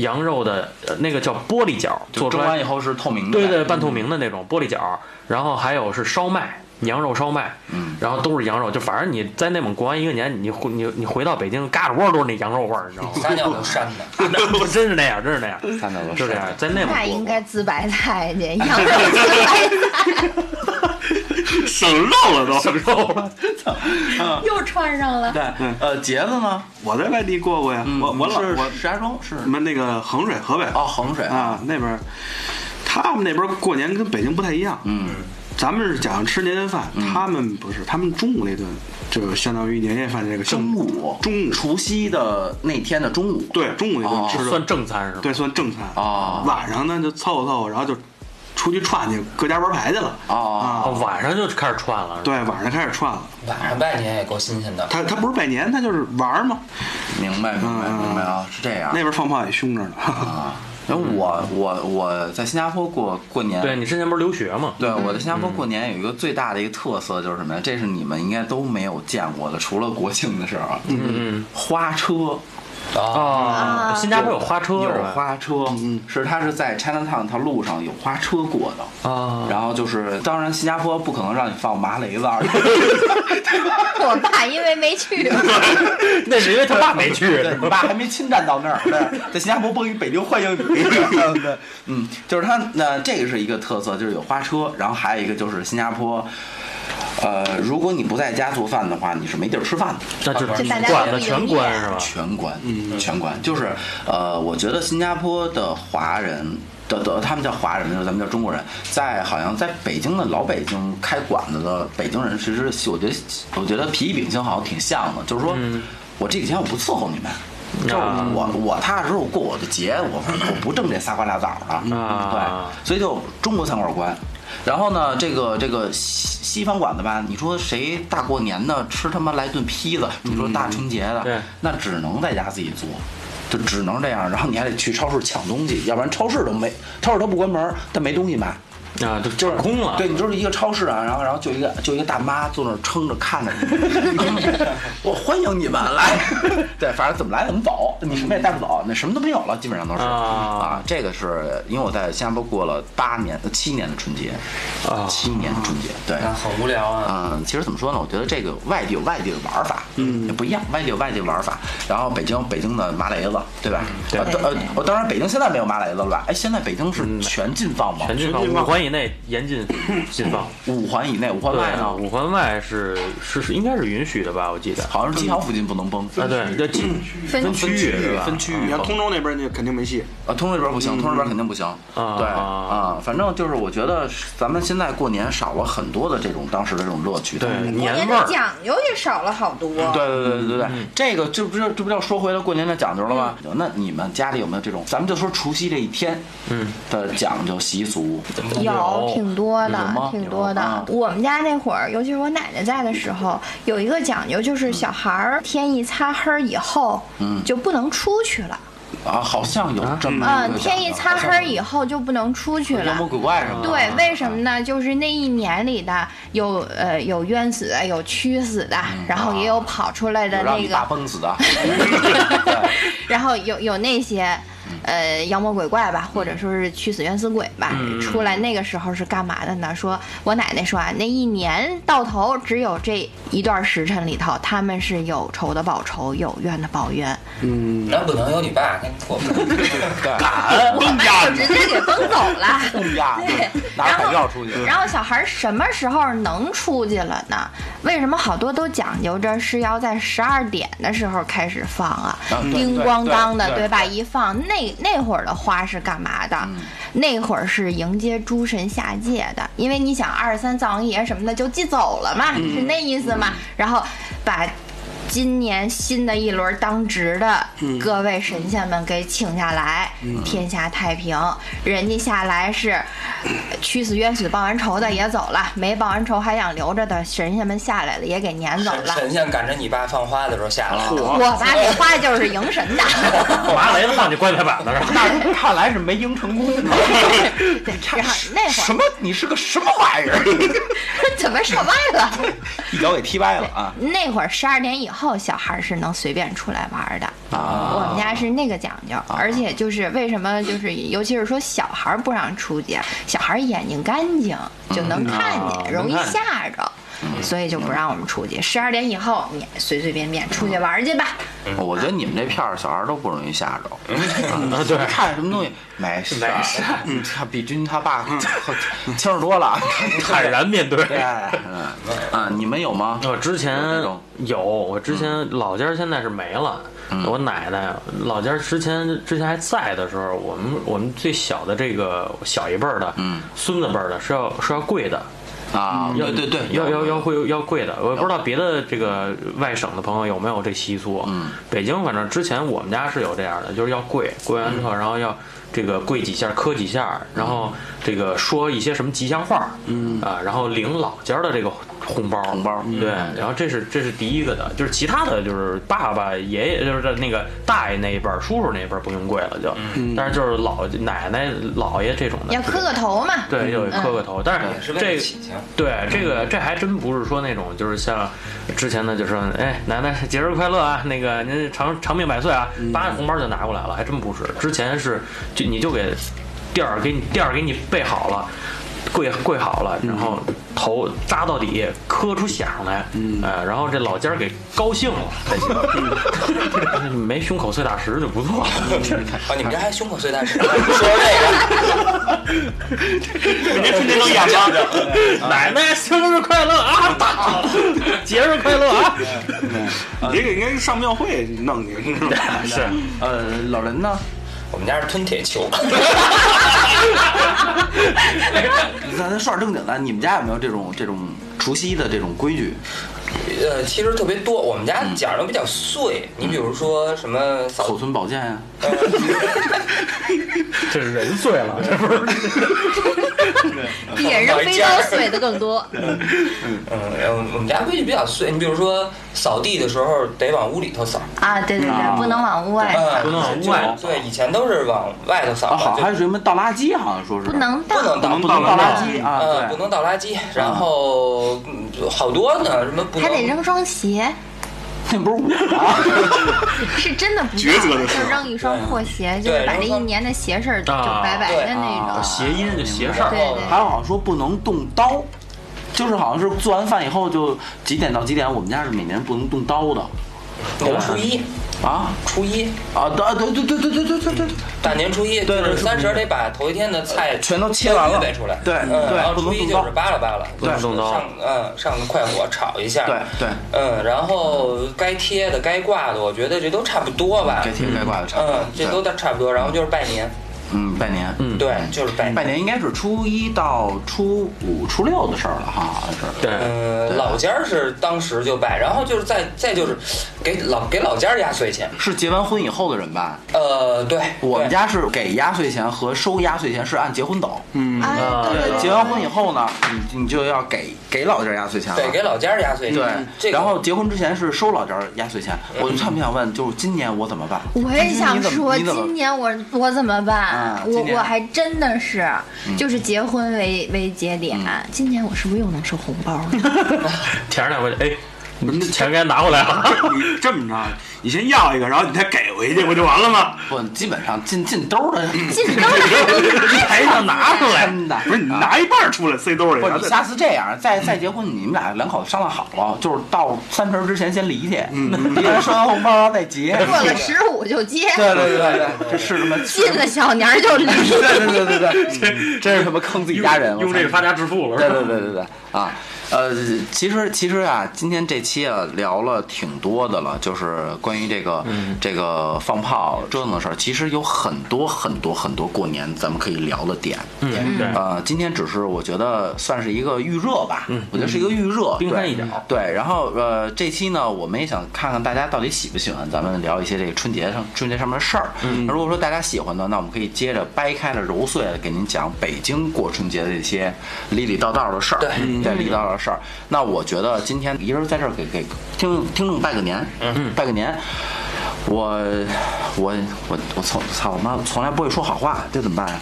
Speaker 2: 羊肉的、呃那个叫玻璃饺，
Speaker 1: 就
Speaker 2: 做出
Speaker 1: 蒸完
Speaker 2: 来
Speaker 1: 以，后是透明的，
Speaker 2: 对对，半透明的那种玻璃饺。然后还有是烧麦，羊肉烧麦，
Speaker 1: 嗯
Speaker 2: 然后都是羊肉，就反正你在内蒙过完一个年，你回你你回到北京，嘎吱窝都是那羊肉味儿，你知道吗
Speaker 1: [laughs]
Speaker 4: 撒尿都膻的。
Speaker 2: 那真是那样，真是那样，
Speaker 1: 看到了，
Speaker 2: 就这样，在内蒙
Speaker 3: 那
Speaker 2: 过
Speaker 3: 应该滋白菜去，羊肉滋白菜，
Speaker 5: 省肉了都。
Speaker 2: 肉了。
Speaker 3: [laughs] 又穿上了。
Speaker 1: 对，
Speaker 2: 嗯
Speaker 1: 呃，茄子呢？
Speaker 5: 我在外地过过
Speaker 1: 嗯
Speaker 5: 呀，我我老
Speaker 1: 是
Speaker 5: 我
Speaker 1: 石家庄是
Speaker 5: 什么那个衡水河北
Speaker 1: 哦，衡水，
Speaker 5: 啊那边儿，他们那边儿过年跟北京不太一样，
Speaker 1: 嗯，
Speaker 5: 咱们是讲吃年夜饭，他们不是，他们中午那顿就相当于年夜饭这个性质
Speaker 1: 中午，
Speaker 5: 中午
Speaker 1: 除夕的那天的中午，
Speaker 5: 对中午那
Speaker 1: 哦
Speaker 5: 顿吃的
Speaker 2: 算正餐是吗？
Speaker 5: 对，算正餐
Speaker 1: 哦
Speaker 5: 晚上呢就凑合凑合，然后就出去串去，各家玩牌去了。
Speaker 1: 哦
Speaker 2: 哦，
Speaker 5: 啊，
Speaker 2: 晚上就开始串了。是吧，
Speaker 5: 对，晚上开始串了。
Speaker 4: 晚上拜年也够新鲜的。
Speaker 5: 他他不是拜年，他就是玩儿嘛。
Speaker 1: 明白明白
Speaker 5: 嗯
Speaker 1: 明白啊，是这样
Speaker 5: 那。边放炮也凶着呢。
Speaker 1: 啊，因为我我我在新加坡过过年，
Speaker 2: 对你之前不是留学吗？
Speaker 1: 对，我在新加坡过年有一个最大的一个特色就是什么呀？这是你们应该都没有见过的，除了国庆的时候，
Speaker 2: 嗯
Speaker 1: 花车
Speaker 4: 啊，
Speaker 2: 哦，新加坡有花车是
Speaker 1: 有
Speaker 2: 吧？
Speaker 1: 花车，嗯是它是在 Chinatown 它路上有花车过的。
Speaker 2: 啊，
Speaker 1: 然后就是，当然新加坡不可能让你放麻雷子，
Speaker 3: [laughs]
Speaker 1: [laughs]
Speaker 3: 我爸因为没去，
Speaker 2: [laughs] 那是因为他爸没去，
Speaker 1: 对，你爸还没侵占到那儿，对，在新加坡蹦一北京欢迎你，对对，嗯，就是它，那这个是一个特色，就是有花车，然后还有一个就是新加坡。呃，如果你不在家做饭的话，你是没地儿吃饭的。
Speaker 2: 那就
Speaker 4: 就
Speaker 3: 大家
Speaker 2: 管
Speaker 3: 都
Speaker 2: 子
Speaker 3: 不
Speaker 2: 全
Speaker 3: 营业
Speaker 2: 关是吧？嗯
Speaker 1: 全关，全关，就是呃，我觉得新加坡的华人的的，他们叫华人，就是咱们叫中国人，在好像在北京的老北京开馆子的北京人，其实我觉得我觉得皮衣秉性好像挺像的，就是说、我这几天我不伺候你们。就是
Speaker 2: 嗯啊
Speaker 1: 我我踏踏实实我过我的节，我我不挣这仨瓜俩枣的，
Speaker 2: 啊
Speaker 1: 对，所以就中国餐馆关。然后呢，这个这个西西方馆子吧，你说谁大过年的吃他妈来顿披萨？你说大春节的，
Speaker 2: 对
Speaker 1: 那只能在家自己做，就只能这样。然后你还得去超市抢东西，要不然超市都没，超市它不关门，它没东西买。
Speaker 2: 啊，就就是空了。
Speaker 1: 对，你就是一个超市啊，然后然后就一个就一个大妈坐那儿撑着看着你， [laughs] 我欢迎你们来。 [laughs] 对，反正怎么来怎么走，你什么也带不走，那什么都没有了，基本上都是
Speaker 2: 啊
Speaker 1: 啊。这个是因为我在新加坡过了八年、呃七年的春节，
Speaker 2: 啊
Speaker 1: 七年春节，对。
Speaker 4: 那好无聊啊。
Speaker 1: 嗯，其实怎么说呢？我觉得这个外地有外地的玩法，嗯，也不一样，外地有外地的玩法。然后北京有北京的麻雷子，对吧？
Speaker 2: 嗯
Speaker 1: 对呃
Speaker 3: 对
Speaker 1: 呃，我当然北京现在没有麻雷子了吧？哎，现在北京是全禁放吗？
Speaker 2: 嗯全禁放，五环以内严禁禁放。
Speaker 1: 五环以内，五环
Speaker 2: 对
Speaker 1: 外
Speaker 2: 啊，
Speaker 1: 呢？
Speaker 2: 五环外是是是应该是允许的吧？我记得。
Speaker 1: 好像是机场附近不能崩。
Speaker 2: 啊，对，叫禁
Speaker 3: 分
Speaker 2: 分区域是吧？
Speaker 1: 分区域
Speaker 5: 你看通州那边那肯定没戏，
Speaker 1: 啊，通州这边不行，通州这边肯定不行。
Speaker 2: 啊
Speaker 1: 对
Speaker 2: 啊
Speaker 1: 啊，反正就是我觉得咱们现在过年少了很多的这种当时的这种乐趣。
Speaker 2: 对
Speaker 3: 过
Speaker 2: 年
Speaker 3: 年
Speaker 2: 味
Speaker 3: 的
Speaker 2: 儿。
Speaker 3: 讲究也少了好多。
Speaker 1: 对对对对对，
Speaker 2: 嗯
Speaker 1: 这个这不就这不就说回了过年的讲究了吗？那你们家里有没有这种？咱们就说除夕这一天，嗯的讲究习俗，
Speaker 3: 有挺多
Speaker 1: 有
Speaker 3: 的
Speaker 1: 吗，
Speaker 3: 挺多
Speaker 1: 有吗
Speaker 3: 的。我们家那会儿，尤其是我奶奶在的时候，有一个讲究，就是小孩儿天一擦黑儿以后，就不能出去了。
Speaker 1: 啊，好像有这么
Speaker 2: 啊
Speaker 1: 一
Speaker 3: 嗯，
Speaker 1: 个
Speaker 3: 天一
Speaker 1: 讲究
Speaker 3: 擦黑儿以后就不能出去
Speaker 1: 妖魔
Speaker 3: 了。
Speaker 1: 鬼怪什么的。
Speaker 3: 对，为什么呢？就是那一年里的有呃有冤死的，有屈死的，然后也有跑出来的
Speaker 1: 嗯啊有让
Speaker 3: 那
Speaker 1: 你
Speaker 3: 个
Speaker 1: 爸崩死
Speaker 4: [laughs]
Speaker 1: 的，
Speaker 3: 然后有有那些，
Speaker 1: 嗯
Speaker 3: 呃，妖魔鬼怪吧，或者说是屈死冤死鬼吧，
Speaker 1: 嗯
Speaker 3: 出来那个时候是干嘛的呢？说我奶奶说啊，那一年到头只有这一段时辰里头，他们是有仇的报仇，有怨的报怨，
Speaker 4: 那不能有你爸，那我们
Speaker 1: 敢
Speaker 3: 我爸就直接给崩走了。
Speaker 1: 蹦呀，
Speaker 3: 对
Speaker 1: 拿
Speaker 3: 然
Speaker 1: 彩
Speaker 3: 后
Speaker 1: 票出去。
Speaker 3: 然后小孩儿什么时候能出去了呢？为什么好多都讲究着是要在十二点的时候开始放啊
Speaker 1: 啊？对
Speaker 3: 叮咣当的，
Speaker 1: 对对嗯
Speaker 3: 对吧？一放那那会儿的花是干嘛的？那会儿是迎接诸神下界的，因为
Speaker 1: 嗯
Speaker 3: 你想二十三灶王爷什么的就祭走了嘛，是那意思嘛？然后把。今年新的一轮当值的
Speaker 4: 嗯
Speaker 3: 各位神仙们给请下来，天下太平。人家下来是呃屈死冤死报完仇的也走了，没报完仇还想留着的神仙们下来了也给撵走
Speaker 4: 神
Speaker 3: 了。
Speaker 4: 神仙赶着你爸放花的时候下来了，
Speaker 3: 我爸给花的就是迎神
Speaker 1: [laughs]
Speaker 3: 的，
Speaker 2: 哦麻雷子放你棺材 [laughs] 板子上，
Speaker 1: 那看来是没赢成功。
Speaker 3: 然后那会
Speaker 1: 什么？你是个什么玩意 [laughs] 儿？
Speaker 3: 儿怎么说歪了？
Speaker 1: 一脚给踢歪了啊！
Speaker 3: 那会儿十二点以后，小孩是能随便出来玩儿的。
Speaker 1: 啊
Speaker 3: 我们家是那个讲究，而且就是为什么就是，尤其是说小孩儿不让出去，小孩儿眼睛干净就能看见，容易
Speaker 2: 能看见
Speaker 3: 吓着。所以就不让我们出去。十二点以后，你随随便便出去玩儿去吧。
Speaker 1: 我觉得你们这片儿小孩儿都不容易吓着， [laughs] 啊
Speaker 2: 对
Speaker 1: 看着什么东西 [laughs] 没事儿，嗯他比君他爸清楚多 [laughs] 了。
Speaker 2: 坦然面对。
Speaker 1: 对，嗯啊，你们有吗？
Speaker 2: 我之前
Speaker 1: 有这种嗯
Speaker 2: 有，我之前老家现在是没了。我奶奶老家之前之前还在的时候，我们我们最小的这个小一辈儿的，
Speaker 1: 嗯
Speaker 2: 孙子辈儿的是要是要跪的，
Speaker 1: 啊，
Speaker 2: 要
Speaker 1: 对对对，
Speaker 2: 嗯要要要会要跪的。我不知道别的这个外省的朋友有没有这习俗。啊
Speaker 1: 嗯，
Speaker 2: 北京反正之前我们家是有这样的，就是要跪，跪完之后，然后要这个跪几下，磕几下，然后这个说一些什么吉祥话，嗯啊，然后领老家的这个红包，
Speaker 1: 红包
Speaker 2: 对，然后这是这是第一个的，就是其他的就是爸爸、爷爷，就是那个大爷那一辈儿、叔叔那一辈儿不用跪了就，但是就是老奶奶、姥爷这种的
Speaker 3: 要
Speaker 2: 是
Speaker 3: 磕个头嘛。
Speaker 2: 嗯对，就得磕个头。但
Speaker 4: 也是
Speaker 2: 是
Speaker 4: 为
Speaker 2: 这
Speaker 4: 了起情。
Speaker 2: 对这个这还真不是说那种就是像之前的就说，哎，奶奶节日快乐啊，那个您长长命百岁啊，叭红包就拿过来了，还真不是。之前是就你就给垫儿给你垫儿给你备好了。跪跪好了，然后头扎到底，磕出响来，嗯，哎，然后这老尖儿给高兴了才行， [laughs] 没胸口碎大石就不错 [laughs] 了。
Speaker 4: 啊，你们家还胸口碎大
Speaker 1: [laughs]
Speaker 4: 石？说这
Speaker 2: 您春节能演吗？奶奶生日快乐啊！ [laughs] 打，节日快乐啊！
Speaker 1: 嗯
Speaker 5: 你这个应该上庙会弄去，是
Speaker 1: [laughs]
Speaker 5: 吧？
Speaker 2: 是，
Speaker 1: [laughs] 呃，老人呢？
Speaker 4: 个，我们家是吞铁球，
Speaker 1: 咱咱说点正经的，你们家有没有这种这种除夕的这种规矩？
Speaker 4: 呃，其实特别多。我们家讲的比较碎，你比如说什么
Speaker 1: 口
Speaker 4: 扫，
Speaker 1: 存宝剑呀、
Speaker 2: 这人碎了，这不是
Speaker 3: 比人扔飞刀碎的更多。
Speaker 4: 嗯，呃我们家规矩比较碎。你比如说扫地的时候得往屋里头扫，
Speaker 3: 啊，对对对，不能往屋外，
Speaker 4: 嗯，
Speaker 2: 哎不能往外头扫
Speaker 4: 对，以前都是往外头扫
Speaker 1: 啊，
Speaker 4: 嘛，
Speaker 1: 好，
Speaker 4: 就
Speaker 1: 还有什么倒垃圾，好像说是
Speaker 3: 不能
Speaker 4: 不
Speaker 3: 到
Speaker 4: 能倒
Speaker 5: 不，
Speaker 1: 不
Speaker 5: 能
Speaker 1: 能倒垃
Speaker 5: 垃
Speaker 1: 圾
Speaker 5: 圾
Speaker 4: 嗯，
Speaker 1: 啊，
Speaker 4: 不
Speaker 1: 对，
Speaker 4: 能倒垃圾，然后嗯好多呢，什么不能
Speaker 3: 还得扔双鞋，
Speaker 1: 那不是我啊，
Speaker 3: 是真的不
Speaker 5: 抉择的
Speaker 3: 要，
Speaker 5: 事
Speaker 3: 就
Speaker 5: 儿
Speaker 3: 扔一双破鞋，
Speaker 4: 对
Speaker 3: 就是把
Speaker 4: 扔
Speaker 3: 这一
Speaker 4: 双
Speaker 3: 年的邪事儿就
Speaker 2: 啊
Speaker 3: 拜拜
Speaker 4: 对
Speaker 3: 的那
Speaker 1: 啊
Speaker 3: 种。
Speaker 2: 谐音就邪事儿
Speaker 4: 啊
Speaker 3: 对。对
Speaker 1: 还有好像说不能动刀，就是好像是做完饭以后就几点到几点，我们家是每年不能动刀的
Speaker 4: 年初一，
Speaker 1: 啊
Speaker 4: 初一
Speaker 1: 啊，对对对对对对对对，
Speaker 4: 大年初一，
Speaker 1: 对
Speaker 4: 就是
Speaker 1: 对
Speaker 4: 三十得把头一天的菜
Speaker 1: 全都切完了
Speaker 4: 预备出来，
Speaker 1: 对
Speaker 4: 嗯
Speaker 1: 对
Speaker 4: 然后
Speaker 1: 不能
Speaker 4: 初一
Speaker 1: 动刀
Speaker 4: 就是扒拉扒拉，
Speaker 2: 不能动刀
Speaker 4: 上嗯上个快火炒一下，
Speaker 1: 对对，
Speaker 4: 嗯，然后该贴的该挂的，我觉得这都差不多吧
Speaker 1: 该，贴该挂的差不多
Speaker 4: 嗯，，这都差不多，然后就是拜年，
Speaker 1: 嗯拜年，
Speaker 2: 嗯
Speaker 4: 对，就是拜
Speaker 1: 拜。年应该是初一到初五、初六的事儿了哈，好像是。
Speaker 2: 对，
Speaker 4: 嗯，老家儿是当时就拜，然后就是再再就是给老给老家儿压岁钱，
Speaker 1: 是结完婚以后的人吧？
Speaker 4: 呃，对，
Speaker 1: 我们
Speaker 4: 对
Speaker 1: 家是给压岁钱和收压岁钱是按结婚走，
Speaker 5: 嗯，
Speaker 3: 啊，对对对，
Speaker 1: 结完婚以后呢，你你就要给给老家压岁钱了。
Speaker 4: 对给老家儿压岁钱，这
Speaker 1: 对，
Speaker 4: 个
Speaker 1: 然后结婚之前是收老家压岁钱，我就特别想问，就是今年我怎么办？
Speaker 3: 我也想
Speaker 1: 你怎么
Speaker 3: 说，
Speaker 1: 你怎么
Speaker 3: 今年我我怎么办
Speaker 1: 啊？
Speaker 3: 我
Speaker 1: 今年嗯
Speaker 3: 我还真的是，就是结婚为为节点，今年我是不是又能收红
Speaker 1: [laughs]
Speaker 3: 包了？
Speaker 2: 前两回哎，你这钱该拿过来了。
Speaker 5: [laughs] 你这么着，你先要一个，然后你再给回去，不就完了吗？
Speaker 1: 不，基本上进进兜儿的，
Speaker 3: 进兜里还
Speaker 1: [laughs]
Speaker 3: 能拿
Speaker 2: 还要拿出来，
Speaker 1: 真的
Speaker 5: 不是你。拿一半出来塞兜里，
Speaker 1: 不是
Speaker 5: 然
Speaker 1: 你
Speaker 5: 后再
Speaker 1: 下次这样，再再结婚，你们俩两口子商量好了，就是到三盆儿之前先离去， [laughs] 别人收完红包再结。
Speaker 3: 过
Speaker 1: [laughs]
Speaker 3: 了十五就接，
Speaker 1: 对对对对对，这是什么？
Speaker 3: 进
Speaker 1: [laughs]
Speaker 3: 了小年儿就离。
Speaker 1: 对对对对对，真是他妈坑自己家人，
Speaker 2: 用这个发家致富了。
Speaker 1: 对对对对对，啊，呃，其实其实啊，今天这期啊聊了挺多的了，就是关于这个、这个放炮折腾的事儿，其实有很多很多很多过年咱们可以聊的点。
Speaker 2: 嗯，对，
Speaker 1: 呃，今天只是我觉得算是一个预热吧，我觉得是一个预热，
Speaker 2: 嗯冰山
Speaker 1: 对
Speaker 2: 一角
Speaker 1: 对，然后呃，这期呢，我们也想看看大家到底喜不喜欢咱们聊一些这个春节上春节上面的事儿。
Speaker 2: 嗯
Speaker 1: 那如果说大家喜欢呢，那我们可以接着掰开了揉碎了给您讲北京过春节的一些里里道道的事儿，嗯对，里里道道的事儿。那我觉得今天一人在这儿给给听听众拜个年，
Speaker 2: 嗯
Speaker 1: 拜个年。我我我我从操我妈从来不会说好话，这怎么办
Speaker 2: [laughs]
Speaker 1: 呀、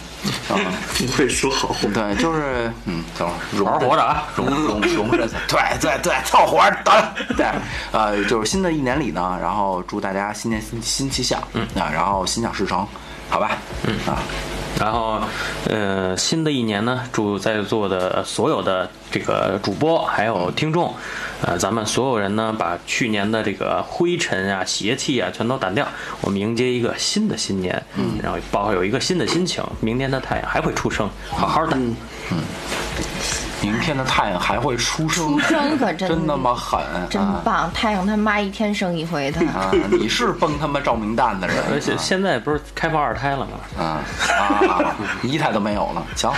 Speaker 1: 啊？
Speaker 5: 不会说好话。
Speaker 1: [laughs] 对，就是嗯，等会儿容
Speaker 2: 好好活着啊，
Speaker 1: 容 [laughs] 容容忍，对对对，凑活儿得了，对，呃，就是新的一年里呢，然后祝大家新年新新气象，嗯啊，然后心想事成，好吧，嗯啊，
Speaker 2: 然后，呃，新的一年呢，祝在座的呃所有的这个主播还有听众，呃，咱们所有人呢，把去年的这个灰尘啊、邪气啊全都掸掉，我们迎接一个新的新年，嗯，然后抱有一个新的心情，明天的太阳还会出生，好好的，
Speaker 1: 明天的太阳还会出生，
Speaker 3: 出生可真
Speaker 1: 真那么狠，
Speaker 3: 真
Speaker 1: 啊
Speaker 3: 棒！太阳他妈一天生一回的，
Speaker 1: 啊！你是崩他妈照明弹的人
Speaker 2: 而且现在不是开放二胎了吗？
Speaker 1: 啊啊！一胎都没有了，行，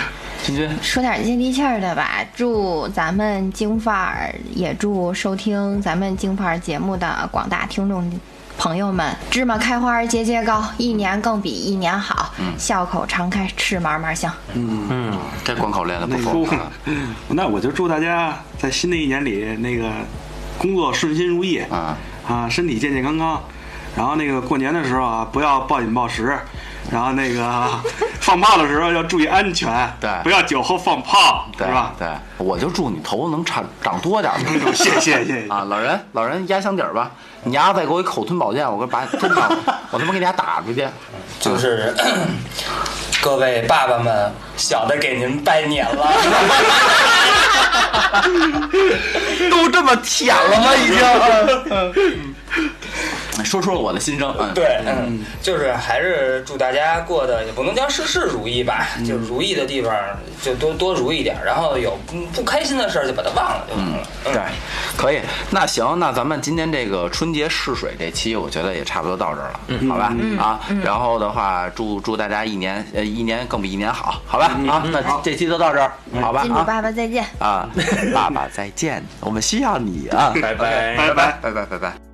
Speaker 1: 君君，
Speaker 3: 说点接地气儿的吧。祝咱们京范儿，也祝收听咱们京范儿节目的广大听众朋友们，芝麻开花儿节节高，一年更比一年好，笑口常开，翅毛毛香。
Speaker 1: 这关口练的不
Speaker 5: 舒
Speaker 1: 错啊
Speaker 5: 服。 [laughs] 那我就祝大家在新的一年里，那个工作顺心如意
Speaker 1: 啊
Speaker 5: 啊，身体健健康康。然后那个过年的时候啊，不要暴饮暴食，然后那 [laughs] 个放炮的时候要注意安全，
Speaker 1: 对
Speaker 5: 不要酒后放炮，是
Speaker 1: 对
Speaker 5: 吧？
Speaker 1: 对，我就祝你头能长长多 [laughs] 点儿。
Speaker 5: [laughs] 谢谢谢谢，
Speaker 1: 啊，老人，老人压箱底儿吧，你丫再给我一口吞宝剑，我给把真的， [laughs] 我他妈给你丫打出去。
Speaker 4: 就是 [coughs] 各位爸爸们，小的给您拜年了，
Speaker 1: 都这么舔了 [laughs] 吗？已经。嗯说出了我的心声，嗯，
Speaker 4: 对，嗯，就是还是祝大家过得也不能叫事事如意吧，就如意的地方就多多如意点儿，然后有不不开心的事儿就把它忘了就完了。
Speaker 1: 对，哎可以。那行，那咱们今天这个春节试水这期，我觉得也差不多到这儿了，好吧？啊，然后的话，祝祝大家一年呃一年更比一年好，好吧？啊，那这期就到这儿，好吧
Speaker 3: 金？主
Speaker 1: 啊
Speaker 3: 爸爸再见。
Speaker 1: 啊，爸爸再见，我们需要你啊，
Speaker 2: 拜拜
Speaker 5: 拜拜。
Speaker 1: 拜拜拜拜。